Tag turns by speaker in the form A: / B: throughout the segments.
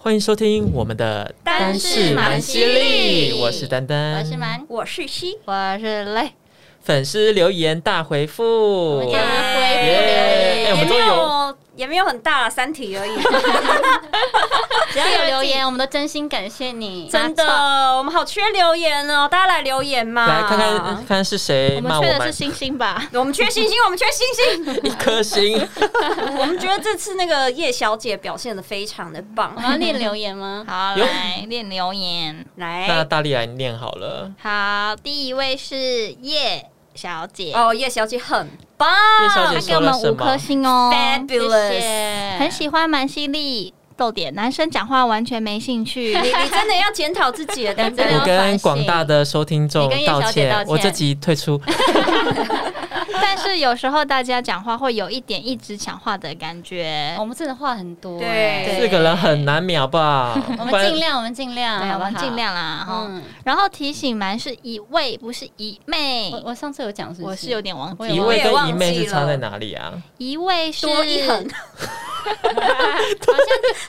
A: 欢迎收听我们的
B: 丹
C: 氏
B: 蛮犀利
A: 我是丹丹，
C: 我是蛮，
B: 我是西，
C: 嗯我是累，
A: 粉丝留言大回复，
C: 我们要恢复
A: 耶哎我
B: 也
A: 们终
B: 没
A: 于有
B: 有也没有很大，三题而已，
C: 只要有留言，我们都真心感谢你，
B: 真
C: 没错。
B: 的，我们好缺留言哦，大家来留言嘛，
A: 来看呃看看看是谁
C: 我
A: 骂
C: 们
A: 我
C: 缺的是
A: 们
C: 星星吧？
B: 我们缺星星，我们缺星星。
A: 一颗 星，
B: 我们觉得这次那个叶小姐表现的非常的棒
C: 我，们要念留言 吗？
D: 好，
A: 有
D: 来念留言。
C: 哎
A: 那
B: 来
A: 大力来念好了。
D: 好，第一位是叶小姐，
B: 哦，叶小姐 很
D: 棒，
A: 叶小姐
C: 他给
A: 说
C: 我
A: 了
C: 们
A: 什
C: 五颗
A: 么？
C: 星哦，
D: 谢
B: fabulous，
D: 谢
C: 很喜欢蛮犀利。逗点，男生讲话完全没兴趣。
B: 你你真的要检讨自己了，丹
C: 真的
B: 丹
C: 要
A: 我跟广大的收听众
C: 你跟叶小
A: 道
C: 姐道
A: 歉，
C: 歉
A: 我这集退出。
D: 但是有时候大家讲话会有一点一直抢话的感觉
C: 我。们真的话很多，
B: 对
C: 哎
A: 四个人很难秒吧？
C: 我
A: 不然
C: 们尽量，我们尽量，
D: 对，
C: 好
D: 我
C: 不好
D: 们尽。量啦哈。
C: 嗯，
D: 然后提醒蛮是一位，不是一妹
C: 我。我上次有讲，是不
D: 我是有点忘
C: 我
D: 记
C: 也
A: 一
C: 忘
A: 位
C: 了
A: 跟一妹
B: 我也忘记
A: 是
B: 了
A: 差在哪里啊？
D: 一位是
B: 多一横，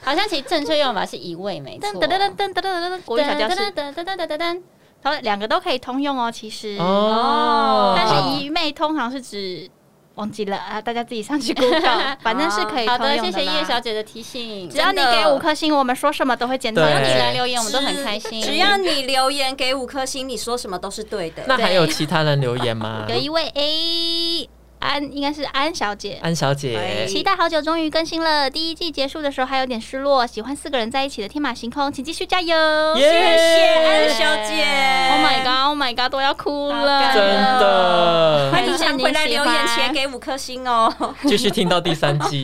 C: 好像其实正确用法是一位，没错。
D: 噔噔噔噔噔噔噔噔，国语小教室，
C: 噔噔噔噔噔噔，
D: 它们两个都可以通用哦。其实，
A: 哦，
D: 但是愚昧通常是指忘记了啊，大家自己上去 Google，反正是可以
C: 啊好
D: 通
C: 的，
D: 用
C: 谢谢
D: 啦
C: 叶小，姐的提醒。
D: 只要你
B: 真的
D: 给五颗星，我们说什么都会检讨
A: 对
C: 只要你
D: 你。
C: 来留言，我们都很开心。
B: 只要你留言给五颗星，你说什么都是对的。
A: 那还有其他人留言 吗？
D: 有一位 A 安，应该是安小姐。
A: 安小姐
B: 哎，
D: 期待好久，终于更新了。第一季结束的时候还有点失落，喜欢四个人在一起的天马行空，请继续加油。
A: 耶
B: 谢谢安小姐
D: Oh my god，Oh my god，都要哭
C: 好
D: 了。
A: 真的
B: 快点想回来留言前给五颗星哦。
A: 继续听到第三季。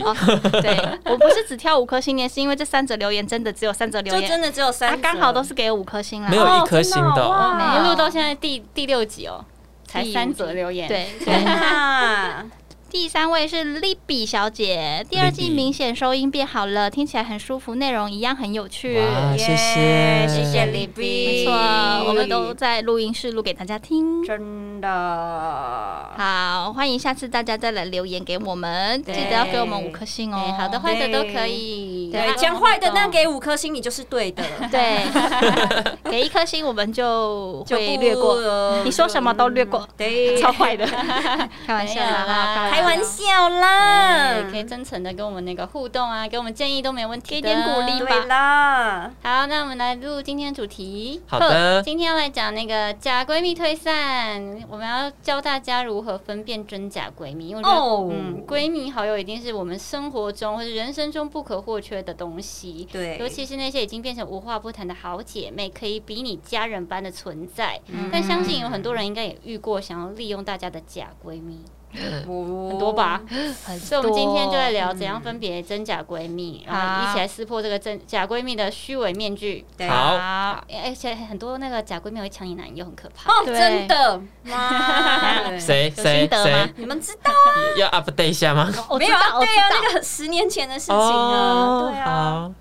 D: 对我不是只挑五颗星也是因为这三则留言真的只有三则留
B: 就
D: 言，
B: 真的只有
D: 他
B: 三，
D: 啊刚好都是给五颗星啦。
A: 没有一颗星的哦
B: 哦真
C: 我
B: 哇
C: 们录到现在第第六集哦，才三则留言。，
D: 对，
B: 啊
D: 第三位是 Libby 小姐，第二季
A: Libby
D: 明显收音变好了，听起来很舒服，内容一样很有趣。
A: 哇，谢
B: 耶
A: 谢，
B: 谢谢李碧，
D: 没错，我们都在录音室录给大家听。
B: 真的。
D: 好，欢迎下次大家再来留言给我们，记
B: 对
D: 得要给我们五颗星哦。
C: 好的，坏的都可以。
B: 对，讲坏的那给五颗星，你就是对的，
D: 啊对， 给一颗星我们就
B: 就
D: 会略过，
B: 过
D: 你说什么都略过，
B: 对，
D: 超坏的，开玩
C: 没
D: 笑
C: 有啦
D: 啦，
B: 开玩笑啦，
D: 哎
C: 可以真诚的跟我们那个互动啊，给我们建议都没问
D: 嗯
C: 题，
D: 给点鼓励
B: 对啦，
C: 好，那我们来录今天的主题。
A: 好的
C: 今天要来讲那个假闺蜜推散，我们要教大家如何分辨真假闺蜜。因为我觉得
B: 哦
C: 嗯，闺蜜好友一定是我们生活中或者人生中不可或缺的东西。
B: 对
C: 尤其是那些已经变成无话不谈的好姐妹，可以比你家人般的存在。但相信有很多人应该也遇过想要利用大家的假闺蜜。
B: 很
C: 很多吧，所以我们今天就来聊怎样
B: 嗯
C: 分别真假闺蜜，然后一起来撕破这个真假闺蜜的虚伪面具。
B: 对，
A: 好
D: 好，
C: 哎而且很多那个假闺蜜会抢你男友，很可怕。
B: 哦，
D: 对
B: 真的妈，
A: 谁
D: 有
A: 谁
D: 心得吗
A: 谁
B: 你们知道 啊？
A: 要 update 一下吗？
D: 我
B: 没
D: 哦知
B: 有啊，
D: 道，我
B: 对
D: 知
B: 啊，
D: 道
B: 那个很十年前的事情啊，
A: 哦
B: 对，啊，
A: 好，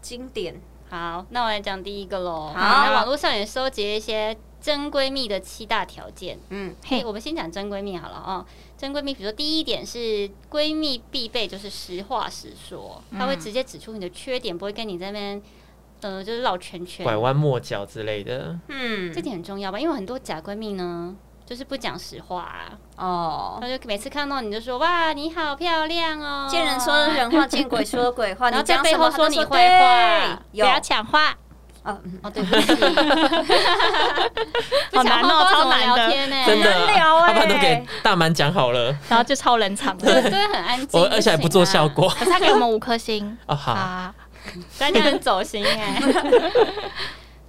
B: 经典。
C: 好，那我来讲第一个喽。
B: 好
C: 那网络上也搜集了一些真闺蜜的七大条件。
B: 嗯，
D: 嘿
C: 嘿，我们先讲真闺蜜好了哦。真闺蜜，比如说第一点是闺蜜必备，就是实话实说，
B: 嗯
C: 她会直接指出你的缺点，不会跟你在那边，呃，就是绕圈圈。
A: 拐弯抹角之类的，
B: 嗯
C: 这点很重要吧？因为很多假闺蜜呢，就是不讲实话、啊，
B: 哦，
C: 她就每次看到你就说哇你好漂亮哦，
B: 见人说人话，见鬼说鬼话，
C: 然后
B: 你
C: 在
B: 讲
C: 背
B: 什么
C: 后
B: 他都
C: 你
B: 说
C: 坏话
B: 对，
D: 不
B: 有
D: 要抢话，
B: 啊，
C: 哦对不起，
D: 好难哦，超难
C: 聊
D: 的，
C: 天呢、
A: 真 的，啊
B: 很难聊
A: 阿
B: 欸
A: 爸都给大满讲好了，
D: 然后就超冷场的。
C: 对，对，很安静，啊
A: 我而且还不做效果
D: 可是他给我们五颗星
A: 哦，好，
D: 啊，
C: 不行啊，大家很走心哎、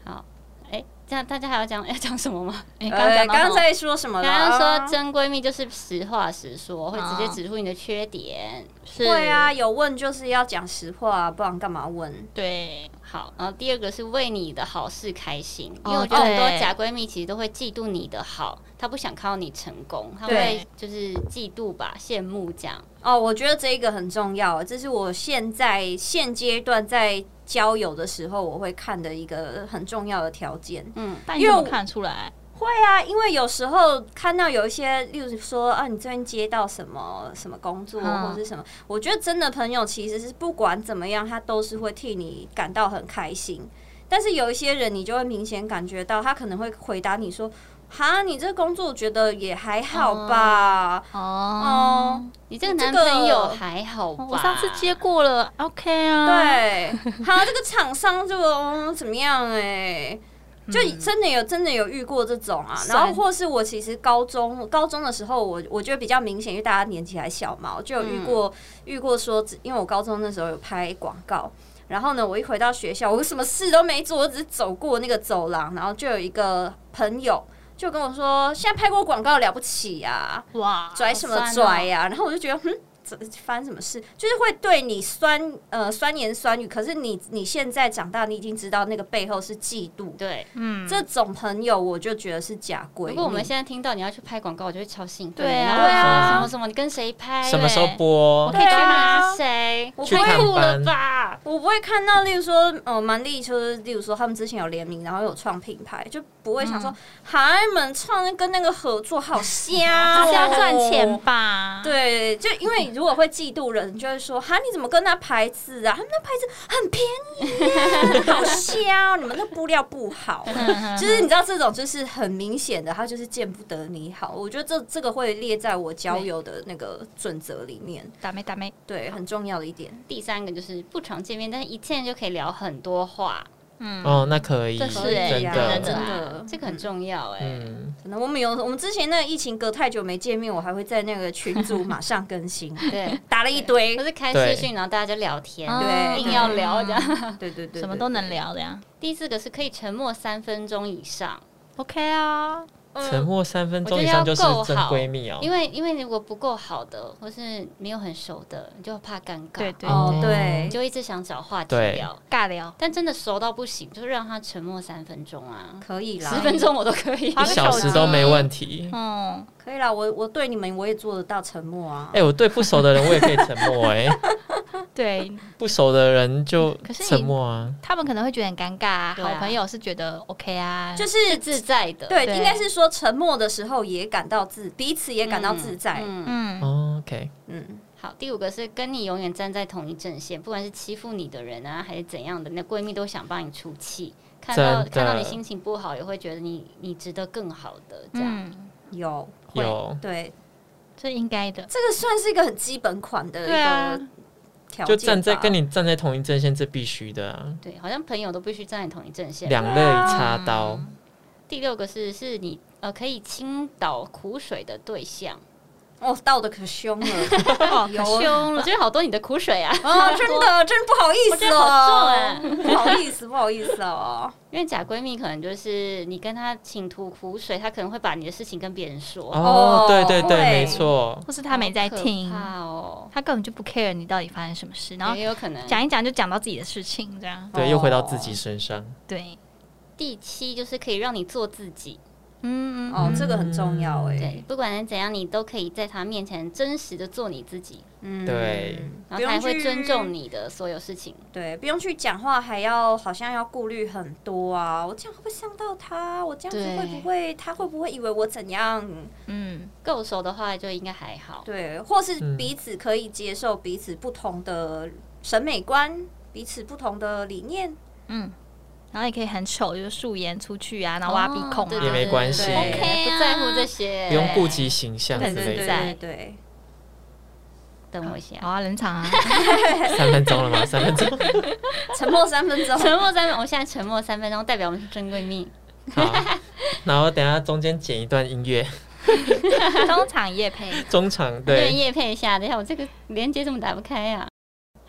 C: 好，哎、这样大家还要讲要讲什么吗？
D: 你
B: 呃，
D: 到什
B: 刚
D: 么
B: 才说什么
C: 刚
B: 了？
C: 刚说
B: 啊
C: 真闺蜜就是实话实说，会直接
D: 哦
C: 指出你的缺点。
D: 是
B: 对啊，，有问就是要讲实话，不然干嘛问？
D: 对，
C: 好，然后第二个是为你的好事开心，因为
D: 哦
C: 我觉得很多
D: 对
C: 假闺蜜其实都会嫉妒你的好，她不想看到你成功，她
B: 对
C: 会就是嫉妒吧、羡慕这样。
B: 哦，我觉得这一个很重要，这是我现在现阶段在交友的时候我会看的一个很重要的条件。
C: 嗯，
D: 但你怎么看得出来？
B: 会啊，因为有时候看到有一些，例如说啊，你这边接到什么什么工作
D: 嗯
B: 或是什么，我觉得真的朋友其实是不管怎么样，他都是会替你感到很开心。但是有一些人，你就会明显感觉到，他可能会回答你说：“哈，你这工作我觉得也还好吧。
D: 啊哦，
C: 你这个
B: 这
C: 男
B: 个
C: 朋友还好吧？
D: 我上次接过了，OK 啊，，
B: 对，好，这个厂商就、嗯、怎么样哎、就真的有真的有遇过这种啊，然后
D: 算
B: 或是我其实高中高中的时候我，我觉得比较明显，因为大家年纪还小嘛，我就有遇过、遇过说，因为我高中那时候有拍广告，然后呢，我一回到学校，我什么事都没做，我只是走过那个走廊，然后就有一个朋友就跟我说，现在拍过广告了不起呀、啊，
D: 哇，
B: 拽什么
C: 好酸哦
B: 拽呀、然后我就觉得，嗯，怎发生什么事？就是会对你酸呃酸言酸语，可是你你现在长大，你已经知道那个背后是嫉妒。
C: 对。
D: 嗯，
B: 这种朋友，我就觉得是假嗯闺蜜。
C: 如果我们现在听到你要去拍广告，我就会超兴奋。
D: 对啊
C: 然后我就说
A: 对啊
C: 什么什么，你跟谁拍？
A: 什么时候
C: 对我
A: 播
C: 可？以去
B: 对啊
C: 骂谁？
B: 我
C: 太
A: 去探
C: 酷了
A: 班
C: 吧！
B: 我不会看到，例如说，呃，蛮力就是，例如说，他们之前有联名，然后有创品牌，就不会想
C: 嗯
B: 说，哈、你们创跟那个合作好瞎、哦，
D: 还是要赚钱吧？，
B: 对，就因为你如果会嫉妒人，你就会说哈，你怎么跟那牌子啊？他们那牌子很便宜耶，好香，你们那布料不好。
D: 嗯
B: 就是你知道这种就是很明显的，他就是见不得你好。我觉得这这个会列在我交友的那个准则里面，
D: 打没打没，
B: 对，很重要的一点。
C: 第三个就是不常见面，但是一见就可以聊很多话，
D: 嗯，
A: 哦，那可以，
D: 这是
B: 可以
A: 真
B: 啊
A: 的，
B: 真
C: 对
B: 的
C: 啊这个很重要哎、
A: 嗯，
B: 可能我们有我们之前那个疫情隔太久没见面，我还会在那个群组马上更新，
C: 对，
B: 打了一 堆
C: 或。是开视讯，然后大家就聊天，
D: 对
C: 硬要聊这样。
B: 对对对对，
D: 什么都能聊的呀
C: 第四个是可以沉默三分钟以上，
D: ，OK 啊，
B: 嗯
A: 沉默三分钟以
C: 我
A: 上就
C: 觉得
A: 是
C: 要够
A: 真
C: 好
A: 闺蜜哦。
C: 因为因为如果不够好的，或是没有很熟的，你就怕尴尬，
D: 对对
B: 哦，
D: 对，
B: 对
C: 你，就一直想找话题
A: 对
C: 聊。
D: 尬聊，
C: 但真的熟到不行，就让他沉默三分钟啊，
B: 可以啦，
C: 十分钟我都可以。
D: 划
A: 一
D: 个
A: 小
D: 手
A: 时
D: 机
A: 都没问题。
D: 嗯，
B: 可以啦，我我对你们我也做得到沉默啊。
A: 哎、我对不熟的人我也可以沉默、哎，
D: 对
A: 不熟的人就
D: 可是你
A: 沉默啊。
D: 他们可能会觉得很尴尬啊，
C: 对啊
D: 好朋友是觉得 OK 啊，
B: 就是
C: 自在的，
B: 对，
D: 对
B: 应该是说沉默的时候也感到自，彼此也感到自在。
C: 嗯，嗯
D: 嗯，
A: 哦 OK，
B: 嗯，
C: 好，第五个是跟你永远站在同一阵线，不管是欺负你的人啊，还是怎样的，那闺蜜都想帮你出气。看到
A: 真的
C: 看到你心情不好，也会觉得你你值得更好的这样。
D: 嗯，
B: 有
C: 会
A: 有
B: 对，
D: 这应该的，
B: 这个算是一个很基本款的一
D: 对啊
B: 个条件吧。
A: 就站在跟你站在同一阵线，这必须的啊，
C: 对，好像朋友都必须站在同一阵线。
A: 两肋插刀。
C: 第六个是是你呃可以倾倒苦水的对象，
B: 哦，道的可凶了，
D: 哦，
B: 有
D: 可凶
C: 我
D: 了，
C: 觉得好多你的苦水啊，
B: 哦，真的，真不好意
C: 我觉
B: 思
C: 得好
B: 哦
C: 重，
B: 不好意思，不好意思哦。
C: 因为假闺蜜可能就是你跟她倾吐苦水，她可能会把你的事情跟别人说，
A: 哦
B: 哦，
A: 对对对，
B: 会
A: 没错，
D: 或是他没在
C: 好可
D: 听，
C: 怕哦，
D: 他根本就不 care 你到底发生什么事，然后
C: 也有可能。
D: 讲一讲就讲到自己的事情，这样
A: 对，又回到自己身上。
D: 对，
C: 第七就是可以让你做自己，
D: 嗯，
B: 哦，这个很重要哎
C: 对。，不管怎样，你都可以在他面前真实的做你自己，
B: 嗯，
A: 对，
C: 然后他也
B: 不用
C: 会
B: 去
C: 尊重你的所有事情。
B: 对，不用去讲话，还要好像要顾虑很多啊！我这样会不会伤到他？我这样子
C: 对
B: 会不会他会不会以为我怎样？
D: 嗯，
C: 够熟的话就应该还好。
B: 对，或是
A: 嗯
B: 彼此可以接受彼此不同的审美观，彼此不同的理念，
D: 嗯然后也可以很丑，就是素颜出去啊，然后挖鼻孔
C: 哦对
D: 啊，
C: 对
A: 也没关系
B: 对
D: OK 啊
C: 不在乎这些。
A: 不用顾及形象之
D: 对
B: 对
A: 类
B: 对
A: 的。
B: 对对。
C: 等我一下，
D: 好啊，冷场啊，
A: 三分钟了吗？三分钟。
B: 沉默三分钟，
C: 沉默三分，我现在沉默三分钟，代表我们是真闺蜜。
A: 好，然后等一下中间剪一段音乐，
D: 中场夜配，
A: 中场
C: 有人
A: 对，
C: 夜配一下，等一下我这个连接怎么打不开呀、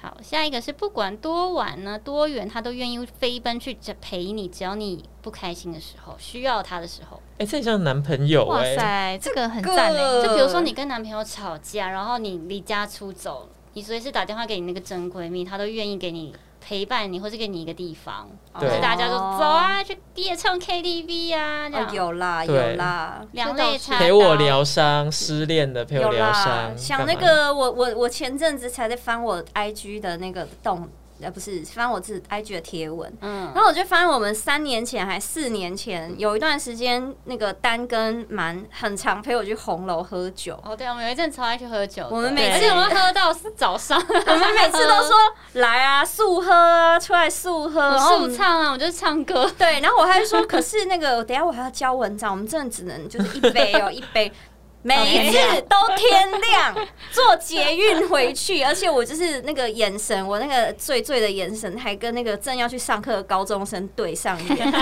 C: 好，下一个是不管多晚呢，多远，他都愿意飞奔去陪你，只要你不开心的时候，需要他的时候。
A: 哎、这很像男朋友
D: 哇
A: 哎、
D: 塞，这个很赞欸嘞，
B: 这个
C: 就比如
A: 呃
C: 说你跟男朋友吵架，然后你离家出走，你随时打电话给你那个真闺蜜，她都愿意给你陪伴你，或是给你一个地方，
A: 对
C: 就是大家就走啊，去夜唱 KTV 啊，这
B: 哦，
C: 样、
B: 有啦
A: 对
B: 有啦。
C: 两肋插刀
A: 陪我。疗伤，失恋的陪我
B: 有
A: 疗
B: 啦，
A: 伤，
B: 想
A: 干
B: 那
A: 嘛
B: 个我我我前阵子才在翻我 IG 的那个动呃不是翻我自己 IG 的贴文，
C: 嗯，
B: 然后我就翻我们三年前还四年前有一段时间那个丹跟蛮很常陪我去红楼喝 酒，
C: 哦，对，我们有一阵超爱去喝酒的，
B: 我们每
C: 而
B: 次
C: 且我们喝到早上，
B: 我们每次都说来啊速喝啊出来速喝，然后我
C: 我
B: 们
C: 速唱啊，我就是唱歌，
B: 对，然后我还说，可是那个等一下我还要教文章，我们真的只能就是一杯哦，一杯。 每一次都天亮，坐捷运回去，而且我就是那个眼神，我那个醉醉的眼神，还跟那个正要去上课的高中生对上 眼。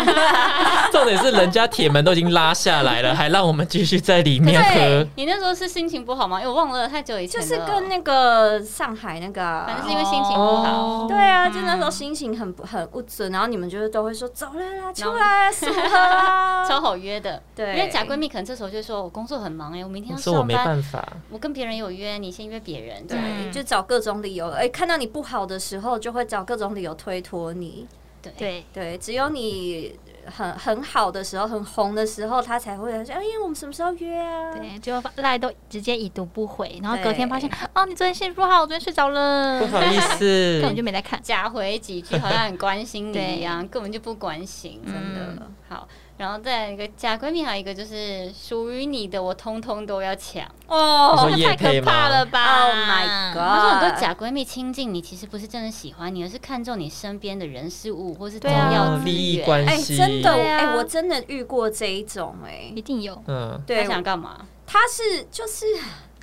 A: 重点是人家铁门都已经拉下来了，还让我们继续在里面啊喝
B: 对。
C: 你那时候是心情不好吗？因为我忘了太久以前
B: 就
C: 了，
B: 是跟那个上海那个啊，
C: 反正是因为心情不好。，
B: 对啊，就那时候心情很不很不准，然后你们就是都会说走了啦，出来啊速喝啊
C: 超好约的，
B: 对
C: 因为假闺蜜可能这时候就说：“我工作很忙哎、我明天
A: 你
C: 要
A: 说我
C: 上
A: 没
C: 班，
A: 办法，
C: 我跟别人有约，你先约别人。”这样
B: 对，就找各种理由。哎、看到你不好的时候，就会找各种理由推脱你。
C: 对
D: 对，
B: 对，只有你很很好的时候，很红的时候，他才会说：“哎呀，我们什么时候约啊？”
D: 对，就赖都直接已读不回，然后
B: 对
D: 隔天发现哦，你昨天心情不好，我昨天睡着了，
A: 不好意
D: 根本
A: 思
D: 就。没来看。
C: 假回几句，好像很关心
D: 对
C: 你一样，根本就不关心，真
B: 真
C: 的。
B: 的。
C: 好，然后再来一个假闺蜜，还有一个就是属于你的，我通通都要抢。
A: 你
D: 哦
A: 说
D: 太
A: 夜
D: 可
A: 配
D: 怕
A: 吗
D: 了吧
B: Oh my
C: 她啊说很
B: god！
C: 多假闺蜜亲近你，其实不是真的喜欢你，而是看重你身边的人事物或是重
D: 对啊
C: 要
A: 哦
C: 资源。
A: 利益关
B: 哎、
A: 系，
B: 真的，
D: 对
B: 哎、
D: 啊
B: 我真的遇过这一种、
D: 一
B: 哎，
D: 定有。
A: 嗯，
C: 她
B: 对，
C: 想干嘛？
B: 他是就是，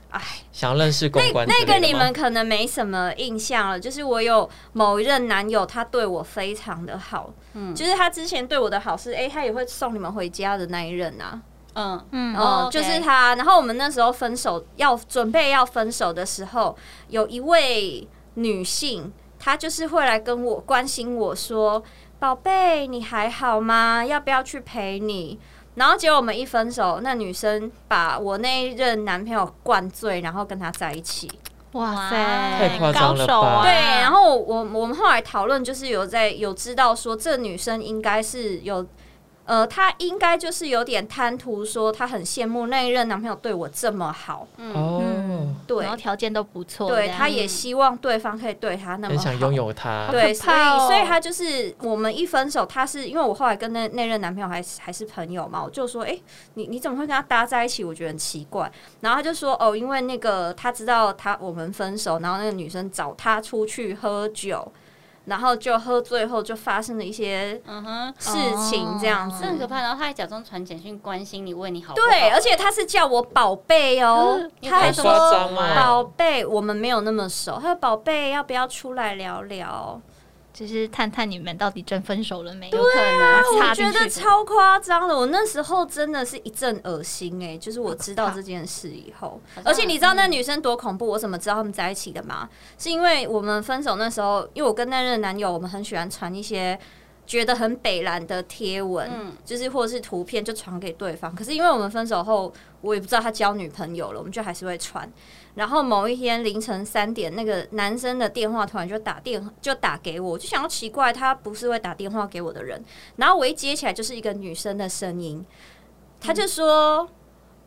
B: 哎，
A: 想要认识公关
B: 那
A: 之类的
B: 个
A: 吗
B: 你们可能没什么印象了，就是我有某一任男友，他对我非常的好，
C: 嗯
B: 就是他之前对我的好是，哎、他也会送你们回家的那一任啊，
C: 嗯，
D: 嗯
C: 哦
B: 哦，
C: OK
B: 就是他。然后我们那时候分手，要准备要分手的时候，有一位女性，她就是会来跟我关心我说：“宝贝，你还好吗？要不要去陪你？”然后结果我们一分手，那女生把我那一任男朋友灌醉，然后跟他在一起。
D: 哇
C: 哇
D: 塞，
A: 太夸张了吧
D: 高手啊
B: 对，然后我我们后来讨论，就是有在有知道说，这女生应该是有，呃，她应该就是有点贪图说，她很羡慕那一任男朋友对我这么好，
A: 哦，
B: 对
D: 然后条件都不错，
B: 对，
D: 这样
B: 她也希望对方可以对她那么
A: 很
B: 好，
A: 想拥有它。
B: 对，所
D: 好可
B: 以
D: 怕哦
B: 所以她就是我们一分手，她是因为我后来跟那那任男朋友还是还是朋友嘛，我就说，哎、你你怎么会跟他搭在一起？我觉得很奇怪。然后她就说，哦，因为那个她知道他我们分手，然后那个女生找他出去喝酒，然后就喝醉后就发生了一些
C: 嗯哼，
B: 事情，这样
C: 这
B: 子。
C: 很可怕。然后她还假装传简讯关心你，问你好不好。
B: 对，而且他是叫我宝贝哦，
C: 你
B: 他还
C: 太
B: 说
A: 夸张了
B: 宝贝，我们没有那么熟。他说宝贝，要不要出来聊聊？
D: 就是探探你们到底真分手了没？
C: 有可能
B: 啊，我
D: 插进
B: 觉
D: 去
B: 得超夸张的，我那时候真的是一阵恶心哎、就是我知道这件事以后，
C: 好像
B: 而且你知道
D: 嗯
B: 那女生多恐怖，我怎么知道他们在一起的吗？是因为我们分手那时候，因为我跟那任男友，我们很喜欢传一些。觉得很北蓝的贴文，
C: 嗯
B: 就是或者是图片就传给对方。可是因为我们分手后，我也不知道他交女朋友了，我们就还是会传。然后某一天凌晨三点，那个男生的电话突然就打电就打给我，我就想要奇怪，他不是会打电话给我的人。然后我一接起来就是一个女生的声音，她就说：“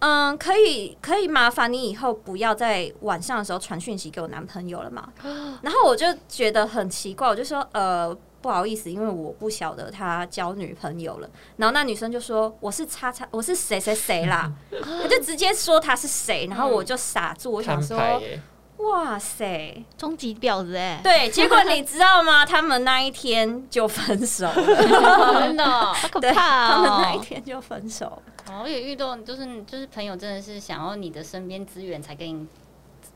B: 嗯，可以，可以麻烦你以后不要在晚上的时候传讯息给我男朋友了嘛。”然后我就觉得很奇怪，我就说：“呃，不好意思，因为我不晓得他交女朋友了。”然后那女生就说：“我是叉叉，我是谁谁谁啦。”她就直接说她是谁，然后我就傻住，我想
A: 摊
B: 说
A: 牌耶，：“
B: 哇塞！”
D: 终极婊子哎，
B: 对，结果你知道吗？他们那一天就分手了。
C: 真的哦。
D: 好可
B: 对，
D: 怕
B: 他
D: 哦！
B: 们那一天就分手。
C: 哦，我有遇到，就是就是朋友真的是想要你的身边资源才跟你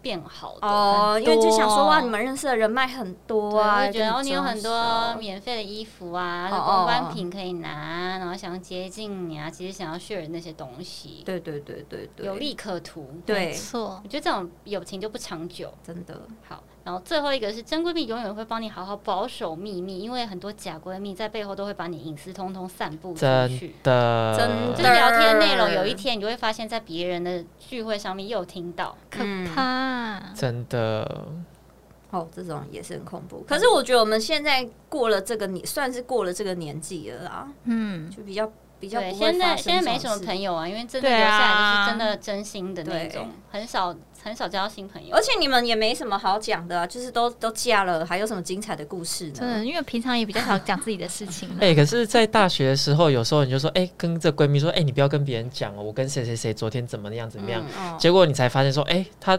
C: 变好的。
B: 哦，因为就想说哇，你们认识的人脉很
C: 对
B: 多
C: 我
B: 啊，
C: 就觉得哦，
B: 跟
C: 你有很多
B: 装熟
C: 免费的衣服啊，
B: 哦
C: 公关品可以拿，然后想要接近你啊，其实想要 share 那些东西，
B: 对对对对对，
C: 有利可图。
D: 没
B: 对，
D: 错，
C: 我觉得这种友情就不长久。
B: 真的
C: 好，然后最后一个是真闺蜜，永远会帮你好好保守秘密，因为很多假闺蜜在背后都会把你隐私通通散布出
A: 真
C: 去。
A: 的，
B: 真
C: 就是
B: 的
C: 聊天内容，有一天你就会发现，在别人的聚会上面又听到。
D: 可
B: 嗯
D: 怕。
A: 真的，
B: 哦，这种也是很恐怖。可是我觉得我们现在过了这个年，算是过了这个年纪了啦，
D: 嗯，
B: 就比较。比较
C: 对，
B: 不会
C: 现
B: 发
C: 在
B: 生
C: 现在没
B: 这
C: 什
B: 种
C: 么
B: 事
C: 朋友啊，因为真的留
D: 对
C: 下
D: 啊
C: 来就是真的真心的那
B: 对
C: 种，很少很少交到新朋友
B: 而。且你们也没什么好讲的、啊，就是都都嫁了，还有什么精彩的故事
D: 真的，
B: 呢？
D: 因为平常也比较少讲自己的事情
B: 嗯
D: 了。
A: 哎、可是，在大学的时候，有时候你就说，哎、跟这闺蜜说，哎、你不要跟别人讲哦，我跟谁谁谁昨天怎么样怎么样。
B: 嗯，
A: 结果你才发现说，哎、她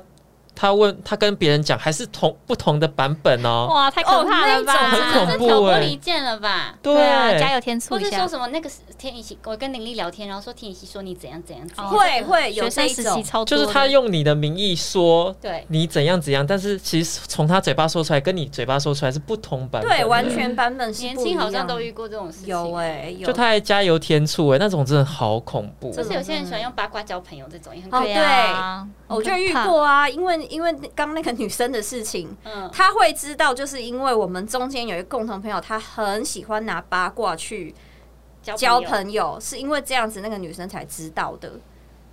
A: 她问她跟别人讲，还是同不同的版本哦。
D: 哇，太可怕了吧！
B: 哦那一
A: 种很
C: 这
A: 恐怖
C: 挑拨
A: 欸
C: 离间了吧？
D: 对啊，加
A: 油！
D: 油添醋
C: 或
D: 一
C: 者说
D: 下。
C: 什么那个天一起，我跟林丽聊天，然后说天一起说你怎样怎样怎样，
D: 哦
B: 会会哎有这
D: 学生
B: 一
D: 时期
B: 种，
D: 超
A: 就是
D: 多
A: 她
D: 的
A: 用你的名义说
C: 对，
A: 你怎样怎样，但是其实从她嘴巴说出来，跟你嘴巴说出来是不同版本的。
B: 对，完全版本是
C: 年
B: 不一
C: 轻好像
B: 样
C: 都遇过这种事情。
B: 有哎、有
A: 就她还加油添醋、哎，那种真的好恐怖。
C: 就是有些人喜欢用八卦交朋友，这种也很
B: 哦
C: 可以。
D: 啊，
B: 我就遇
D: 很可怕。
B: 过啊，因为因为刚那个女生的事 情，
C: 嗯，
B: 她会知道，就是因为我们中间有一个共同朋友，她很喜欢拿八卦去交
C: 友
B: 朋友，是因为这样子那个女生才知道的，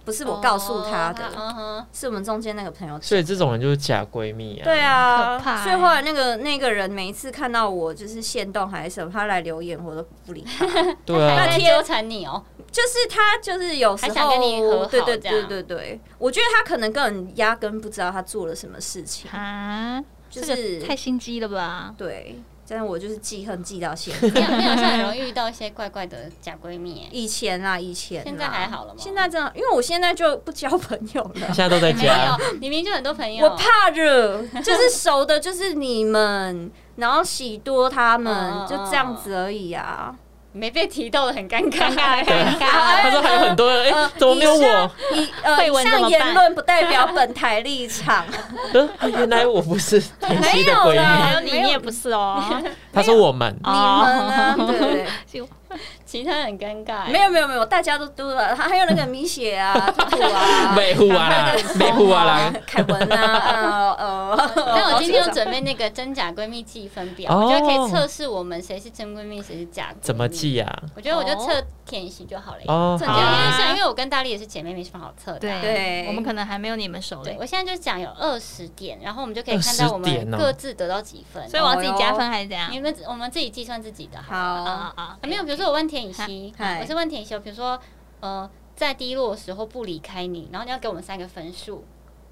B: 不是我告诉她的，
C: 哦嗯哼，
B: 是我们中间那个朋友
A: 所以这种人就是啊假闺蜜啊。
B: 对
D: 很可
B: 啊，
C: 欸
D: 怕
B: 所以后来那个那个人每一次看到我就是限动还是什么，他来留言我都不 理他，
A: 对
C: 还
A: 啊
C: 在，纠缠你 哦。
B: 就是他就是有时
C: 还想跟你和
B: 候
C: 好
B: 对对
C: 这样
B: 对对对，我觉得他可能根本压根不知道他做了什么事情，
D: 啊，
B: 就
D: 这
B: 是
D: 个太心机了吧？
B: 对，但是我就是记恨记到现
C: 你
B: 在。
C: 好你好像很容易遇到一些怪怪的假闺蜜耶，
B: 以前啊，以前啊
C: 现在还好了吗
B: 现在真的，因为我现在就不交朋友了
A: 现，在都在
C: 没有
A: 家。，
C: 你明明就很多朋友。
B: 我怕热，就是熟的，就是你们，然后喜多他
C: 嗯
B: 们，
C: 嗯
B: 就这样子而已啊。
C: 没被提到的很 尴尬，
D: 尴尬，
A: 他说还有很多人，
B: 呃
A: 哎、
C: 嗯
A: 怎么没有我？
B: 以呃，
D: 慧
B: 以
D: 文怎
B: 上
D: 么
B: 言
D: 办
B: 论不代表本台立 场。
A: 呃原来我不 是田西的闺
B: 没有啦哦
A: 蜜，
D: 还有你，你也不是哦。
A: 他说我们。
B: 你们 呢？对不对？
C: 其他人很尴尬。欸
B: 没有没有没有，大家都都了。还有那个米雪啊、兔 兔啊、哦
A: 美户啊啦，美户啊啦，
B: 凯文啊，呃呃，
C: 那我今天有准备那个真假闺蜜计分表，
A: 哦
C: 我觉得可以测试我们谁是真闺蜜，谁是假闺蜜。
A: 怎么？记啊？
C: 我觉得我就测甜心就好了。
A: 哦，
C: 这
A: 好
C: 样
D: 啊
C: 因为像因为我跟大力也是姐妹，没什么好测的。啊
D: 对
B: 对
D: 我们可能还没有你们熟
C: 对
D: 嘞，
C: 我现在就讲有二十点，然后我们就可以看到我
A: 20点
C: 们
A: 哦
C: 各自得到几分。啊
D: 所以我要自己加分还是怎样
C: 你？们我们自己计算自己的好了。
B: 好，
D: 啊
B: 哦
D: 啊啊
C: 啊，！没有，比如说我问田以希，
B: 嗨
C: 我是问田以希，哦比如说呃，在低落的时候不离开你，然后你要给我们三个分数，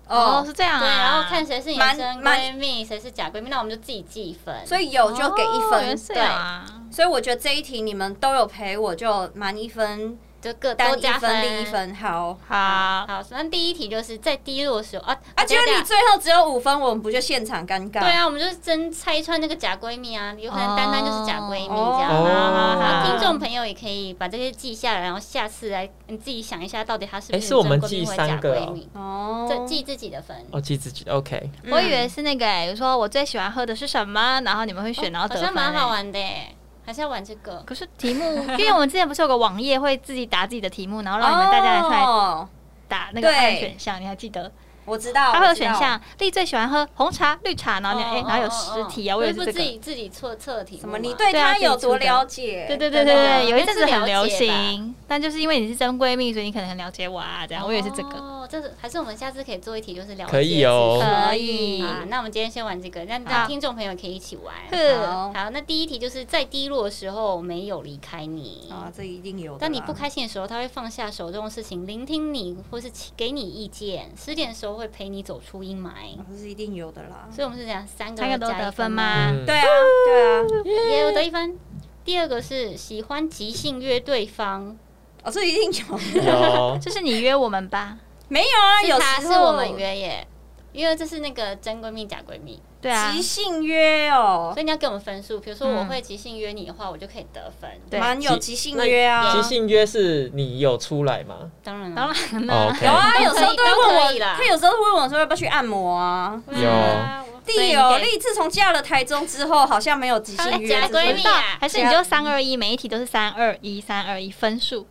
D: 哦，
B: 哦，
D: 是这样啊。
C: 对，然后看谁是你的
B: 蛮
C: 真
B: 蛮
C: 闺蜜，谁是假闺蜜，那我们就自己计分。
B: 所
C: 以
B: 以有就给一
D: 哦原来
B: 分，
D: 是这样啊。
B: 所以我觉得这一题你们都有陪我，就满一分，
C: 就各
B: 单
C: 都
B: 一
C: 加
B: 分，另一。分，好。
D: 好，
C: 好，那第一题就是在低落的时候啊
B: 啊，结果
C: 等一
B: 你
C: 下
B: 最后只有五分，我们不就现场尴尬？
C: 对，啊，我们就是真拆穿那个假闺蜜啊，有可能单单就是假闺蜜
B: 哦
C: 这样。
A: 哦
C: 然
A: 好
C: 后听众朋友也可以把这些记下来，然后下次来你自己想一下，到底她是不
A: 诶
C: 是
A: 是我
C: 真
A: 们
C: 闺蜜
A: 记
C: 或
A: 三
C: 假
A: 个
C: 闺
A: 哦
C: 蜜？
B: 哦，
C: 这记自己的分。
A: 我哦记自己的，OK。
B: 嗯
D: 我以为是那个哎，我说我最喜欢喝的是什么，然后你们会选，然后
C: 好
D: 得分
C: 像蛮
D: 欸
C: 好。玩的耶，还是要玩这个。
D: 可是题目，因为我们之前不是有个网页会自己答自己的题目，然后让你们大家来来
B: 哦，
D: 打那个
B: 对
D: 按选项，你还记得？
B: 我知道，
D: 它会有
B: 我知道
D: 选项，丽最喜欢喝红茶、绿茶，然后你哎，然后有十题啊，我也
C: 也
D: 是
C: 不
D: 这
C: 是
D: 个
C: 自。己自己测测题目
B: 什么？你
C: 吗
B: 对
D: 对啊
B: 他有多
D: 自己出的
B: 了解？
D: 对对对对
C: 真的
D: 对，有一
C: 应该
D: 阵
C: 是
D: 子很
C: 了
D: 流
C: 解
D: 行，但就是因为你是真闺蜜，所以你可能很了解我啊，这样。我也是这个。
C: 哦，这是还是我们下次可以做一题，就是聊
A: 可以哦
B: 可以
C: 啊，那我们今天先玩这个，让
D: 好
C: 让听众朋友可以一起玩。
D: 呵，
B: 好
C: 好，那第一题就是在低落的时候没有离开你。
D: 哦
B: 啊，这一定有的啦。
C: 当你不开心的时候，他会放下手中的事情，聆听你，或是给你意见。失恋的时候会陪你走出阴霾。
B: 啊，这是一定有的啦。
C: 所以我们是讲三
D: 嗯
C: 个
D: 三个都
C: 加一
D: 得分
C: 分
D: 吗
A: 嗯，
B: 对啊，对啊，
C: 也有得一分。第二个是喜欢即兴约对方，
B: 哦，这一定有，
A: 有
D: 就是你约我们吧。
B: 没有啊？
C: 是
B: 有
C: 他
B: 时
C: 是
B: 候
C: 我们约耶，因为这是那个真闺蜜假闺蜜，
D: 对啊
B: 即，兴约哦
C: 所，以你要给我们分数。比如说
D: 嗯
C: 我会即兴约你的话，我就可以得分。
D: 对
B: 蛮有即兴约啊
A: 即。兴约是你有出来吗
C: 当然
D: 当
C: 了，
D: 然
A: 哦
D: 了，
A: ？OK，
B: 有啊，有时候都会问
C: 都可
B: 我
C: 以，啦
B: 他有时候会问我说要不要去按摩啊。
A: 有
C: 啊我
D: 所以
B: 弟
D: 你
B: 哦，
D: 给
B: 丽自从嫁了台中之后，好像没有即兴约这
C: 她是假闺
B: 件
C: 蜜
B: 事，
D: 到
C: 啊
D: 还是你就三二一，每一题都是三二一，三二一分数。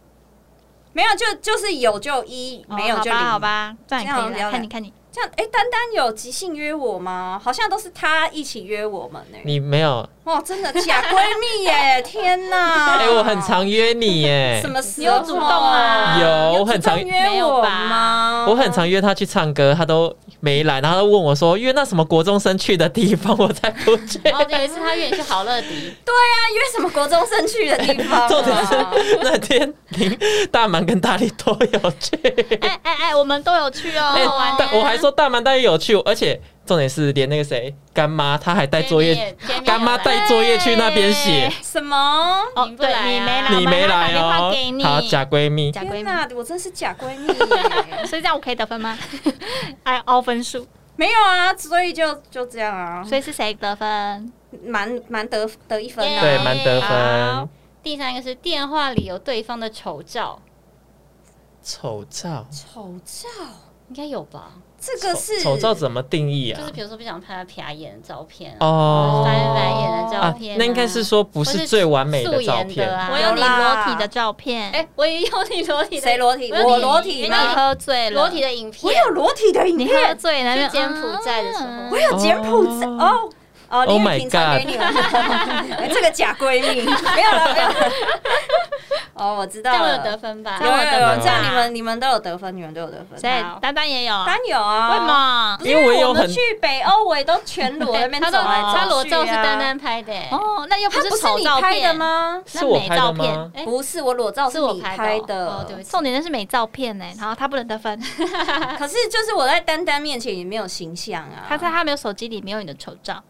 B: 没有就就是有就一，没有
D: 哦好
B: 就
D: 吧，好
B: 零。
D: 吧，这样也
B: 这
D: 可
B: 样
D: 以
B: 了
D: 啦。
B: 解
D: 看你看你，
B: 这样，哎、丹丹有即兴约我吗？好像都是她一起约我们呢、
A: 你没有？
B: 哇，真的假闺蜜 耶！天哪！
A: 哎、我很常约你耶
B: 什，么时候？
C: 你有主动吗
A: 有
B: 你
A: 我很常
B: 主动约我吗？
A: 我很常约他去唱歌，他都没来，然后他问我说约那什么国中生去的地方，我才不去。
C: 然后有一次他约你去好乐迪，
B: 那啊约什么国中生去的地方、啊？
A: 重点是
C: 哦
A: 那天林大满跟大力都有去，
D: 哎哎哎，我们都有去哦
A: 哎、
C: 好玩啊
A: 但
C: 耶
A: 我还说大满大力有去，而且重点是连那个谁干妈，她还带作业，哎干妈带作业去那边写，
B: 什么？
D: 哦，
C: 你不
D: 对
C: 来啊
D: 你没来，
A: 你没来
D: 我妈妈
A: 哦
D: 打电话给，你，
A: 好假闺蜜，
D: 假闺
B: 天
D: 蜜。
B: 哪，我真是假闺蜜耶！
D: 所以这样我可以得分吗？哎，凹分数，
B: 没有啊，所以就就这样啊，
D: 所以是谁得分？
B: 蛮蛮得得一分啊的、
A: 对，蛮得
C: 好
A: 分。
C: 第三个是电话里有对方的丑照，
A: 丑照，
B: 丑照，
C: 应该有吧？
B: 这个
A: 丑
B: 是
A: 丑照怎么定义啊
C: 就是？比如说不想拍他撇眼的照片啊，
A: 哦
C: 翻白眼的照片啊，
A: 那应该是说不
C: 或
A: 是
C: 是
A: 最完美
C: 素
A: 的照
C: 颜的
A: 片，
C: 啊
D: 我有你
B: 有
D: 裸
B: 啦
D: 体的照片，
C: 哎，我也有你裸体的，
B: 谁裸体？
C: 我有
B: 我裸体
D: 你
C: 因为
B: 吗？
D: 喝醉了，
C: 裸体的影片，
B: 我有裸体的影
D: 你喝
B: 片，
D: 醉了，
C: 去
D: 那边嗯
C: 柬埔寨的时候
B: 我，有啊柬埔寨
A: 哦
B: 哦。哦，
A: Oh
B: 因
A: my
B: 为平常给你们， 这个假闺蜜没有了，没有了。哦，我知
C: 这
B: 道
C: 样我
B: 了，
C: 有得分吧？
B: 有有
D: 这样我有得
B: 有，啊
A: 分
B: 这样你们你们都有得分，你们都有得分。
D: 所以
C: 好
D: 丹丹也有，
B: 当然有啊，
D: 为什？么？
B: 因为
A: 因为我有
B: 我们
A: 很
B: 去北欧，我也都全裸在那边
C: 他
B: 走
C: 的
B: 来走去啊。
C: 他裸照是丹丹拍的，欸
D: 哦，那又
B: 他不
D: 是
B: 是
D: 丑
B: 你
D: 照
B: 拍的
D: 片？
B: 吗？
A: 是我拍的
D: 那美照片
A: 吗？
C: 哎
B: 不是，我裸照
C: 是我
B: 你
C: 拍的哦，
B: 的
C: 对。不起，
D: 重点那是美照片呢，然后他不能得分，
B: 可是就是我在丹丹面前也没有形象啊。
D: 他在他没有手机里没有你的丑照，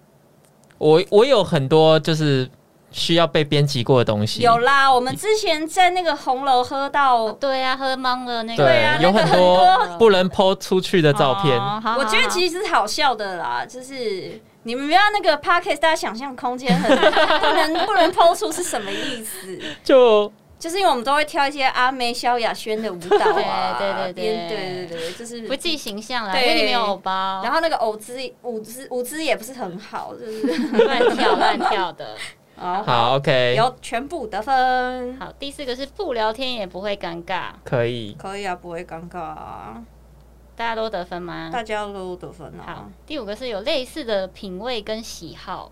A: 我我有很多就是需要被编辑过的东西，
B: 有啦，我们之前在那个红楼喝到，
C: 哦对啊，喝懵了那
A: 对
C: 个，
B: 啊，
A: 有
B: 那个
A: 很多不能抛出去的照片。
D: 哦
C: 啊
D: 好
B: 我觉得
D: 好
B: 其实是好笑的啦，就是。你们不要那个 p o c k e t 大家想象空间很 不能不能抛出是什么意思？
A: 就
B: 就是因为我们都会跳一些阿妹、萧亚轩的舞蹈啊，
C: 对对对对
B: 边对对对，就是
C: 不计形象啦，因
B: 对
C: 为你没有偶包，
B: 然后那个舞姿舞姿舞姿也不是很好，就是
C: 乱跳乱跳的。
B: 啊，
A: 好，OK，
B: 有全部得分，
C: 好，第四个是不聊天也不会尴尬，
A: 可以。
B: 可以啊，不会尴尬啊，
C: 大家都得分吗？
B: 大家都得分
C: 嗯好
B: 啊，，
C: 第五个是有类似的品味跟喜好，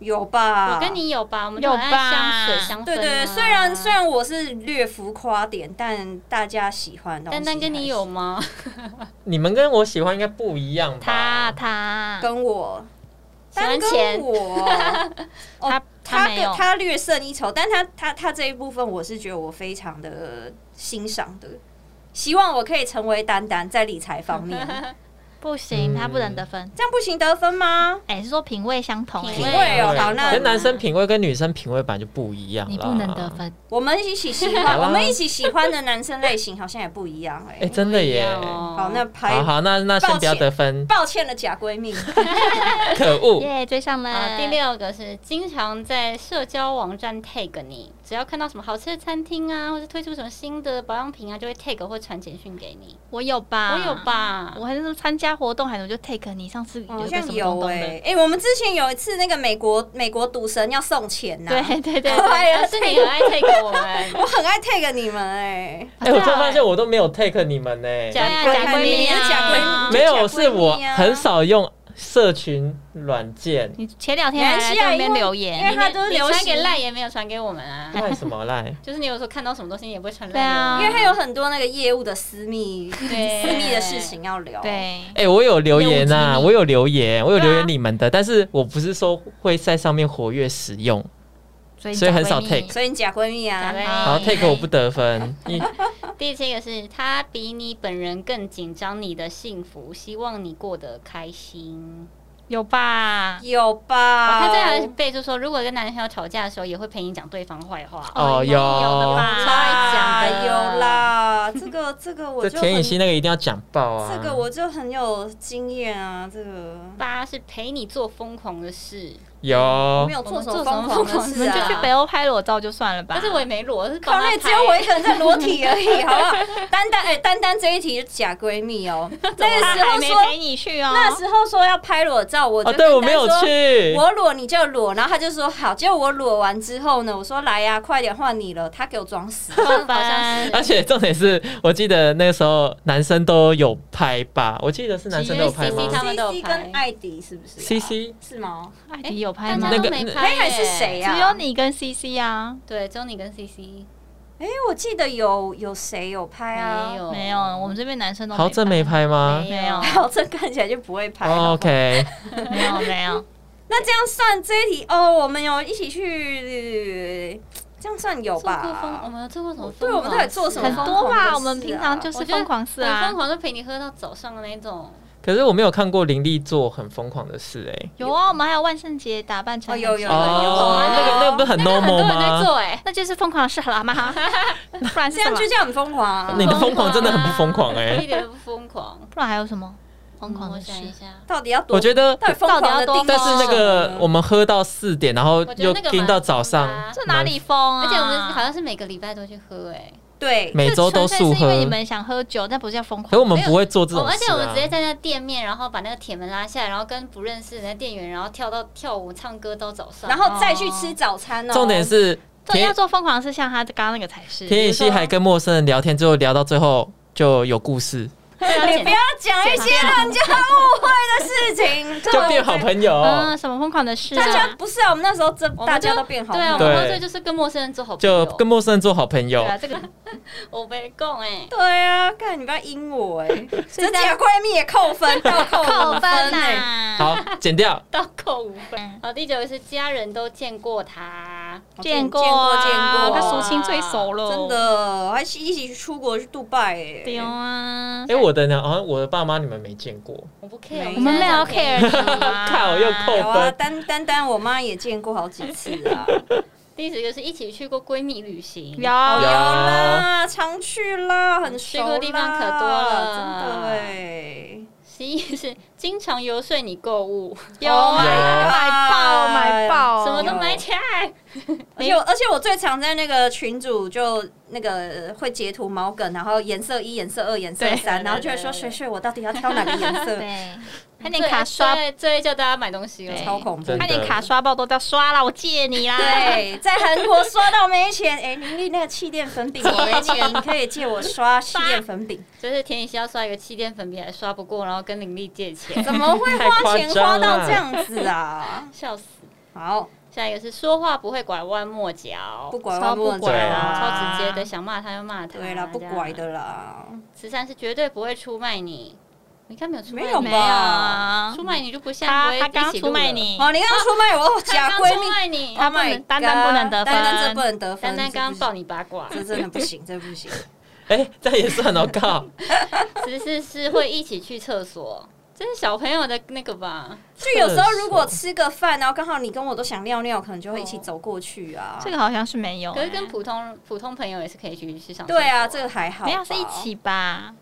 B: 有吧？
C: 我跟你有吧？我们都很爱
D: 有吧
C: 香水香氛、啊。
B: 对对对，虽然虽然我是略浮夸点，但大家喜欢的东
C: 丹
B: 西
C: 丹跟你 有吗？
A: 你们跟我喜欢应该不一样
D: 他
A: 吧？
D: 他
B: 还是跟我。
C: 喜欢
B: 丹跟
C: 钱
B: 我， 哦
D: 他他
B: 他
D: 没
B: 跟
D: 有，
B: 他略胜一筹，但他他他这一部分我是觉得我非常的欣赏的，希望我可以成为丹丹在理财方 面，
D: 不
A: 嗯
D: 行，他不能得分。
B: 这样不行得分吗？
D: 哎，是说品味相同？
C: 品
B: 品
D: 哎
B: 味哦，好那
A: 跟男生品味跟女生品味本来就不一样啦
D: 你不能哦得。分，
B: 我们一起喜
A: 好
B: 欢，
A: 啦
B: 我们一起喜欢的男生类型好像也不一样哎、
A: 哎，真的耶！
B: 好，那排
A: 好好，那那先
B: 抱歉
A: 不要得 分，
B: 抱歉了假闺蜜，
A: 可恶！
D: 耶，追上
C: 啊，
D: 了
C: 第。六个是经常在社交网站 tag 你，只要看到什么好吃的餐厅啊，或者推出什么新的保养品啊，就会 tag 或传简讯给你。
D: 我有吧，
C: 我有，吧？
D: 我还是参加活动，还我就 take 你。上次有
B: 好
D: 一个
B: 像
D: 什么
B: 有
D: 东东
B: 哎、
D: 的，
B: 哎、我们之前有一次那个美国美国赌神要送钱呐、
D: 对对对对，
B: 哎呀
C: 啊是你很爱 tag 我们。
B: 我很爱 take 你们哎、
A: 哎，我突然发现我都没有 take 你们呢。
C: 假
D: 啊
B: 对
D: 假闺
B: 你
D: 蜜啊
B: 是假闺蜜，
A: 没有，
B: 你假
A: 是
B: 闺蜜
A: 我
B: 啊
A: 很。少用社群软件。
D: 你前两
B: 没
D: 天还
B: 关
D: 来
B: 系
D: 这
B: 啊，
D: 边
B: 因为
D: 留
B: 因为
D: 言，
B: 他都
C: 你
B: 流
C: 传
B: 行啊
C: 给赖也没有传给我们啊，
A: 赖什么赖？
C: 就是你有时候看到什么东西你也不会传
D: 对啊
C: 赖。
B: 因为他有很多那个业务的私密私
C: 对
B: 密的事情要聊。，
D: 对，
A: 哎、我有留言呐、
C: 业务机密
A: 我有留言，我有
D: 对啊
A: 留言你们的，但是我不是说会在上面活跃使用，
D: 所以
A: 所以很少
D: 假闺蜜
A: take
B: 所以你假闺蜜
C: 假闺
B: 啊
C: 蜜，
A: 然后
D: 哎
A: take 我不得分，你
C: 第七个是他比你本人更紧张你的幸福，希望你过得开心。哦
D: 有吧？
B: 有吧？
C: 他这样备注说，如果跟男朋友吵架的时候，也会陪你讲对方坏话。
A: 哦
D: 有的吧？
C: 超爱讲的
B: 有啦，这个这个我
A: 这
B: 就
A: 田雨
B: 很
A: 希那个一定要讲爆啊！
B: 这个我就很有经验啊，这个
C: 八是陪你做疯狂的事，
B: 我
A: 有哦
B: 没有做
C: 我们
B: 什么
C: 做什
B: 疯
C: 么
B: 狂
C: 疯
B: 的
C: 狂的
B: 事
D: 你
B: 啊？
D: 就去北欧拍裸照就算了吧。
C: 但是我也没裸，是
B: 考
C: 帮
B: 内
C: 他
B: 只有我
C: 拍
B: 一个人在裸体而已，好不好？丹丹，哎、丹丹这一题是假闺蜜哦。那个时
D: 他还
B: 候
D: 没
B: 说，
D: 陪你去哦。
B: 那时候说要拍裸照，我就
A: 哦，
B: 跟丹
A: 对
B: 丹
A: 我没有
B: 说
A: 去，
B: 我裸你就裸，然后他就说好。结果我裸完之后呢，我说来呀、快点换你了。他给我装 死，
C: 好
D: 像
C: 像
D: 是
A: 而且重点是我记得那个时候男生都有拍吧，我记得是男生都有拍
C: 因为
A: 吗
C: CC 他们都有
B: CC
C: 拍
B: 跟艾迪是不是、
A: ？C C
B: 是吗？
D: 艾迪有拍
C: 大
D: 吗
C: 家？
A: 那
C: 都
A: 个
C: 没
B: 哎
C: 拍耶，
B: 还是谁呀、
D: 只有你跟 CC 啊，
C: 对，只有你跟 CC
B: 哎、我记得有有谁有拍啊？
C: 没 有
D: 没有，我们这边男生都
A: 豪正没拍吗？
D: 没有
B: 好，这看起来就不会拍。
A: 哦 OK，
D: 没有没有，
B: 那这样算这一题哦，我们有一起去，这样算有
C: 做过疯，我
B: 吧？
C: 们有做过什么疯
B: 对我
C: 狂的事啊？
B: 们到底做什么
D: 很多
B: 疯狂的事
D: 吧。
B: 啊
D: 我们平常就是
C: 我觉得
D: 疯狂事
C: 很
D: 啊
C: 疯，狂就陪你喝到早上的那种。
A: 可是我没有看过林立做很疯狂的事哎、
D: 有啊，我们还有万圣节打扮成
B: 哦有有
D: 很
B: 有有
A: 哦，那个那个不是很
C: 很
A: normal
C: 多人在
A: 吗？
C: 做哎，
D: 那就是疯狂的事好了吗？不然是
B: 这
D: 什
B: 样
D: 么
B: 就？叫很疯狂啊！
A: 你的疯狂真的很不疯狂哎、
C: 一点都不疯狂。
D: 不然还有什么疯狂
C: 嗯我
D: 的
C: 想一
D: 事？
C: 下，
B: 到底要多？
A: 我觉得，
B: 到底疯狂啊
D: 到底
B: 的地
D: 要多
B: 方
A: 但是那个
B: 呢
A: 我们喝到四点，然后
C: 我觉
A: 又
C: 得那个
A: 盯
C: 蛮
A: 到早
C: 疯的
A: 上，
C: 啊
D: 这哪里疯啊？
C: 而且我们好像是每个礼拜都去喝哎，
B: 对，
A: 每周都
D: 这纯
A: 速
D: 粹是因
A: 喝
D: 为，你们想喝酒，但不是要疯
A: 可是
D: 狂。
A: 我们不会做这
C: 哦
A: 种
C: 而
A: 事
C: 且我们
A: 啊
C: 直。接在那店面，然后把那个铁门拉下来，然后跟不认识的店员，然后跳到跳舞唱歌到早上。
B: 然后再去吃早餐哦。
A: 重点是
D: 这要
A: 田
D: 做疯狂的事，像他刚刚那个才是。
A: 田雨希还跟陌生人聊天，最后聊到最后就有故事，
C: 啊
B: 你不要讲一些让人家误会的事情，
A: 就变好朋友。
D: 嗯，什么疯狂的事
B: 大
D: 啊
B: 家？不是啊，我们那时候这
C: 我们就
B: 大家都变好
C: 对
B: 朋
C: 啊，
B: 友
C: 我
A: 对
C: 们喝醉就是跟陌生人做好朋友，
A: 就跟陌生人做好朋友
D: 对，啊，这个
C: 我被供哎，
B: 对啊，看你不要阴我哎，这
D: 以这样
B: 假闺蜜也扣分，倒扣
D: 扣
B: 五
D: 分
B: 哎。
D: 呐。
A: 好剪掉。
C: 到扣五分。
D: 嗯
C: 好，第九个是家人都见过他，
D: 见过
B: 见过，
D: 啊
B: 哦见过，
D: 跟苏青最熟了，
B: 真的，还一起一起出国去杜拜哎、
D: 对啊。
A: 哎，我的呢？好像我的爸妈你们没见过，
C: 我不 care，
B: 没
D: 嗯我们没有 care 你啊
A: 靠又扣
B: 有啊，单单单我妈也见过好几次啊，
C: 第十个是一起去过闺蜜旅行，
B: 有
D: 有
A: 有
B: 啦，常去啦，很熟啦
C: 去过地方可多了
B: 真的哎、
C: 十一是经常游说你购物，
D: 有
B: Oh
D: 啊
A: my
D: 买爆
B: God
D: 买爆，
C: 什么
B: 都
C: 都
B: 买
C: 买起来。
B: 而且我而且我最常在那个群组就那个会截图毛梗，然后颜色一、颜色二、颜色三，
C: 对
B: 然后就会说
C: 对对对
B: 水水，我到底要挑哪个颜 色？
D: 对，还点卡刷，
C: 最最叫大家买东西了，
D: 对
B: 超恐怖
A: 真
D: 还
A: 的。
D: 点卡刷爆都叫刷啦，我借你啦。
B: 对，在韩国刷到没钱，哎、林立那个气垫 粉饼我没钱，你可以借我刷气垫粉饼。
C: 就是田雨希要刷一个气垫粉笔还刷不过，然后跟林丽借钱，
B: 怎么会花钱
A: 太夸张
B: 花
A: 了
B: 到这样子啊？
C: 笑死。
B: 好，
C: 下一个是说话不会拐弯抹角，
B: 不拐弯抹
D: 超不
B: 角
A: 拐
B: 啦
C: 超直接的，。想骂他就骂他。
B: 对啦，不拐
C: 这
B: 的
C: 样。
B: 啦，
C: 十三是绝对不会出卖你，你看没有出卖你？
B: 没有
D: 没
B: 吧
D: 有啊
C: 出，卖你就不像
D: 他
C: 不会
D: 他刚
C: 一起录
D: 出卖
C: 了，
D: 你，
B: 哦，你刚刚出卖我哦假
C: 他刚
B: 闺
C: 出
B: 蜜，
C: 卖你，
D: 他不
B: Oh my
D: 能丹丹不能得
B: God，丹丹
D: 分
B: 这不能得分，
C: 丹丹刚刚
B: 这
C: 抱
B: 不行，
C: 你八卦。
B: 这真的不行，这不行。
A: 哎，这也是很好靠。
C: 十四 是会一起去厕所，这是小朋友的那个吧？
B: 就有时候如果吃个饭，然后刚好你跟我都想尿尿，可能就会一起走过去啊。
D: 这个好像是没
A: 哦
D: 有欸，
C: 可是
A: 哎
C: 跟普通普通朋友也是可以去去上厕所。
B: 对啊，这个还好吧，
D: 没有是一起吧？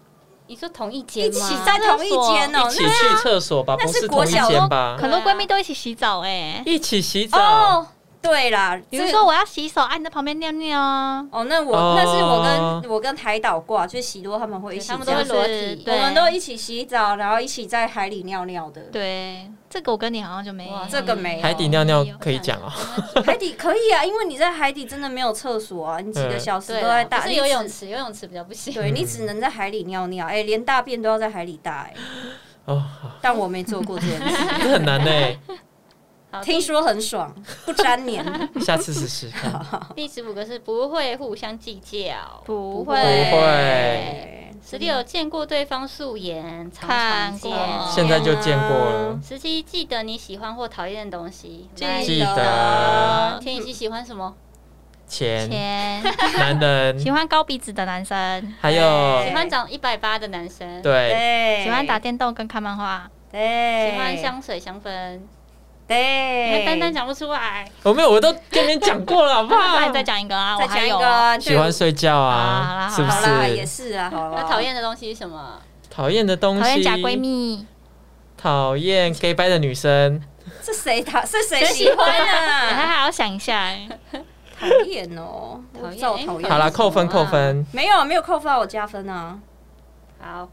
C: 你说同一间
B: 一
C: 吗？
B: 起在同一间哦
A: 一，起去厕所吧，
B: 那
A: 不
B: 是
A: 同
B: 国
A: 一
B: 小
A: 间
D: 都
A: 吧？
D: 很多闺蜜都一起洗澡哎、
A: 一起洗
B: 那
A: 澡
B: 哦，对啦，
D: 比
B: 这
D: 如
B: 个
D: 说我要洗手，啊，你在旁边尿尿啊，
B: 哦，那我、
A: 哦
B: 那是我跟我跟台岛挂，就是喜多他们会一起这
C: 他
B: 样
C: 们
B: 子，
C: 都会
D: 这
C: 裸
D: 样
C: 体
D: 是，
B: 我
D: 对
B: 们都一起洗澡，然后一起在海里尿尿的。
D: 对，这个我跟你好像就没有
C: 哇，
B: 这个没有
A: 海底尿尿可以讲哦。
B: 海底可以啊，因为你在海底真的没有厕所啊，你几个
A: 嗯
B: 小时
C: 对
B: 都
C: 啦，
B: 在
C: 不
B: 大，
C: 是
B: 你
C: 游
B: 只
C: 泳池，游泳池比较不行。
B: 对你只能在海里尿尿，哎、连大便都要在海里大、 哎，
A: 哦，
B: 但我没做过这件事，
A: 这很难欸呢，
C: 好，
B: 听
C: 第
B: 说很爽，不粘黏，
A: 下次试试看。
C: 第十五个是不会互相计较。
D: 不
B: 不
A: 会
C: 十六见过对方素颜，常
D: 看
C: 常
D: 过
C: 见。
A: 哦现在就见过了，
C: 十七记得你喜欢或讨厌的东西。
D: 记
C: 来
A: 记
B: 得
A: 得
C: 田雨希喜欢什么？
A: 钱、
D: 钱，
A: 男人，
D: 喜欢高鼻子的男生，
A: 还有
B: 对
C: 喜欢长一百八的男生。
A: 对
B: 对，
D: 喜欢打，电动跟看漫画，
B: 对，
C: 喜欢，香水香氛，你
B: 对，
C: 看丹丹讲不出来，
A: 我没有，我都跟你讲过了，好不
D: 那
A: 好
D: 你？再讲一个
C: 哦
D: 啊，我
B: 再
D: 还
B: 讲一
D: 有
B: 个啊，对
A: 喜欢睡觉
D: 好
A: 啊
D: 啦，
A: 是不
B: 好啦，也
A: 是？
B: 是啊，好啦，
C: 那讨厌的东西是什么？
A: 讨厌的东西，
D: 讨厌假闺，蜜，
A: 讨厌 gay 掰的女生，
B: 这谁他 是谁喜欢
D: 他
B: 啊？
D: 还要想一下哎、
B: 讨厌哦，我
C: 讨厌
B: 知道我讨厌。
A: 好啦，扣分
C: 什么
A: 扣
C: 啊
A: 分，
B: 没有没有扣分啊，我加分啊。
C: 好，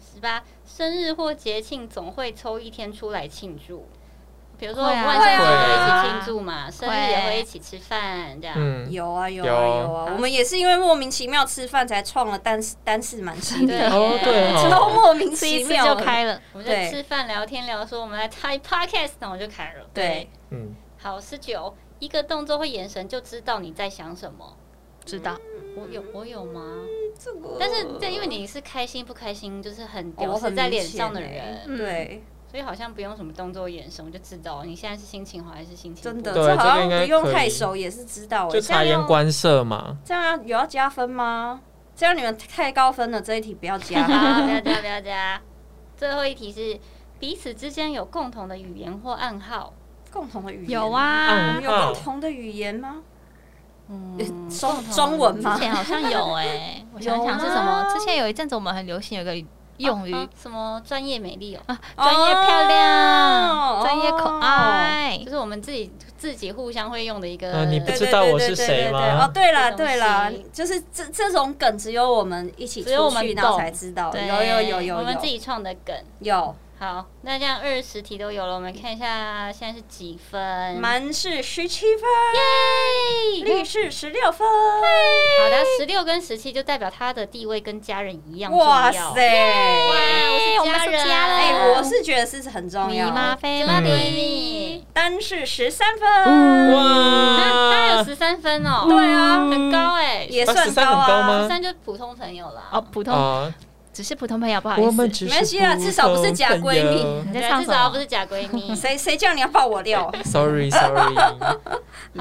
C: 十八，生日或节庆总会抽一天出来庆祝，比如说
D: 会啊
C: 万圣节
A: 会
C: 会
D: 啊
C: 一起庆祝嘛，生日也会一起啊吃饭这样。
A: 嗯，
B: 有啊有啊
A: 有啊
B: 有啊，
C: 好
B: 我们也是因为莫名其妙吃饭才创了单单式满清
C: 对
B: 的，
A: 哦对 哦
B: 超莫名
D: 吃一
B: 其
D: 次
B: 妙
D: 就
B: 的。
D: 开了，
C: 我们
B: 对
C: 就吃饭聊天聊说我们来开 podcast，那我就开了。
B: 对，
A: 嗯，
C: 好，十九，一个动作或眼神就知道你在想什么。
D: 知道
C: 我有我有吗？
B: 这个
C: 但是这因为你是开心不开心，就是很
B: 哦
C: 表
B: 我
C: 示
B: 很
C: 在脸
B: 明显
C: 上的
B: 欸
C: 人，
D: 嗯
B: 对，
C: 所以好像不用什么动作眼神，我就知道你现在是心情好还是心情
B: 真
C: 不
B: 的
C: 好
A: 对
B: 这好
A: 这个
B: 像
A: 应该
B: 不用
A: 可以
B: 太熟也是知道欸。
A: 就
B: 这样
A: 察言
B: 要
A: 观色嘛，
B: 这样要有要加分吗？这样你们太高分了，这一题不要 加
C: 好，不
B: 啦。
C: 要加，不要加。 最后一题是彼此之间有共同的语言或暗号。
B: 共同的语言
D: 有，
B: 我
D: 啊
A: 嗯
B: 们，有共同的语言吗？
C: 嗯
B: 中中文吗
D: 之前好像有哎、我想想是什
B: 有
D: 么？
B: 啊
D: 之前有一阵子我们很流行有一个用语，
C: 什么专业美丽哦，
B: 啊
D: 专业漂亮，
B: 哦
D: 专业可爱
C: 就，是我们自己自己互相会用的一个。
A: 啊你不
B: 对
A: 知道我是谁吗
B: 对对对对对哦，
C: 这东
B: 对
C: 西
B: 啦对啦，就是这这种梗只有我们一起
C: 只有我
B: 出
C: 们
B: 去，
C: 懂
B: 然后才知道。
D: 对
B: 有有有有
C: 我们
B: 有
C: 自己创的梗。
B: 有，
C: 好，那这样二十题都有了，我们看一下现在是几分？
B: 蛮是十七
C: 耶
B: 分，律是十六分，
C: 好的，十六跟十七就代表他的地位跟家人一样重要。
B: 哇塞！
C: 哎
D: 我
C: 我
D: 们
C: 们
D: 是
C: 是
D: 家人
C: 家
D: 嗯
C: 人
B: 哎，我是觉得是很重
D: 你
B: 要。
D: 吗？菲
C: 妈
D: 吗？
C: 闺蜜，
B: 单是十三分，
C: 那大家有
A: 哇，
C: 十三分哦，
B: 对啊
C: 很高哎、
B: 也
A: 啊
B: 算
A: 13很高
B: 啊。
A: 吗
C: 十三就普通朋友啦。
D: 哦，普通、
A: 啊，
D: 只是普通朋友，不好
A: 我
D: 意思
A: 们，只
B: 没关
A: 是
B: 系啊
A: 普
B: 至少不是
A: 通
B: 假
A: 朋
B: 闺蜜
A: 友
D: 你
C: 对
D: 在
C: 啊
D: 唱
C: 至
D: 什
C: 少不
D: 么？
C: 是假闺蜜。
B: 谁谁叫你要爆 我料？
A: Sorry Sorry，
C: 好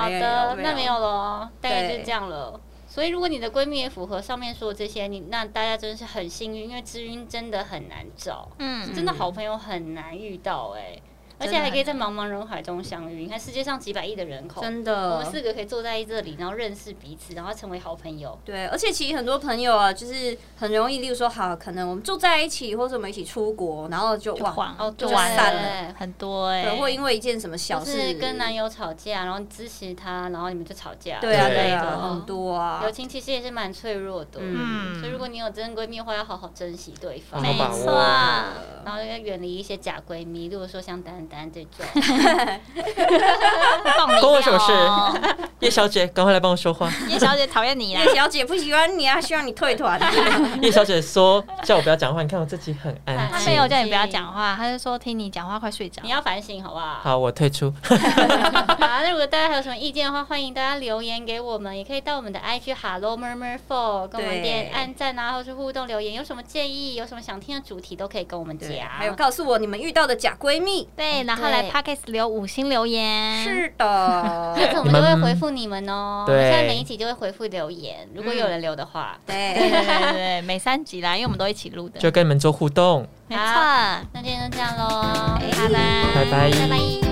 C: 的，那没有了，大概
B: 对
C: 就这样了。所以，如果你的闺蜜也符合上面说的这些，你那大家真的是很幸运，因为知音真的很难找，
D: 嗯，
C: 真的好朋友很难遇到哎、而
D: 真的
C: 且还可以在
D: 很
C: 茫茫人海中相遇。你看世界上几百亿的人口，
B: 真
C: 我
B: 的
C: 们。四个可以坐在这里，然后认识彼此，然后成为好朋友。
B: 对，而且其实很多朋友啊，就是很容易，例如说，好，可能我们住在一起，或者我们一起出国，然后就
D: 就
B: 哇，
D: 晃
C: 哦
D: 就
C: 对
D: 完
B: 散
C: 了
D: 很多哎、
B: 对，或因为一件什么小
C: 就
B: 事
C: 是跟男友吵架，然后支持他，然后你们就吵架。
B: 对啊
A: 对
B: 对
C: 对
B: 啊，很多啊
C: 友，情其实也是蛮脆弱的，
B: 嗯
C: 所以如果你有真闺蜜的话，要好好珍惜对方，
A: 好好把
D: 没
A: 握
D: 错。
C: 然后要远离一些假闺蜜，如果说像丹丹这 种，
D: 哦
A: 关我什么事
D: 事？
A: 叶小姐，赶快来帮我说话。
D: 叶小姐讨厌你 啦
B: 叶！哎小姐不喜欢你啊，希望你退团。
A: 叶小姐说叫我不要讲话，你看我自己很安
C: 她
D: 她
A: 静。
D: 没有叫你不要讲话，她就说听你讲话快睡着
C: 你。要反省好不好？
A: 好，我退出。
C: 好，啊那如果大家还有什么意见的话，欢迎大家留言给我们，也可以到我们的 IG Hello Murmur Four 跟我们点
B: 对
C: 按赞啊，或是互动留言，有什么建议，有什么想听的主题都可以跟我们讲
B: 对，。还有告诉我你们遇到的假闺蜜。
D: 对，然后来
C: 嗯对
D: podcast 留五星留言。
B: 是
C: 下次
B: 的，
C: 我们就会回复你们哦。
A: 对
C: 现在每一集就会回复留言，
B: 嗯
C: 如果有人留的话。
D: 对
B: 对，
D: 对对对，每三集啦，因为我们都一起录的，
A: 就跟你们做互动，
D: 没错。
C: 那今天就这样喽，
D: 拜拜，
A: 拜拜
C: 拜拜。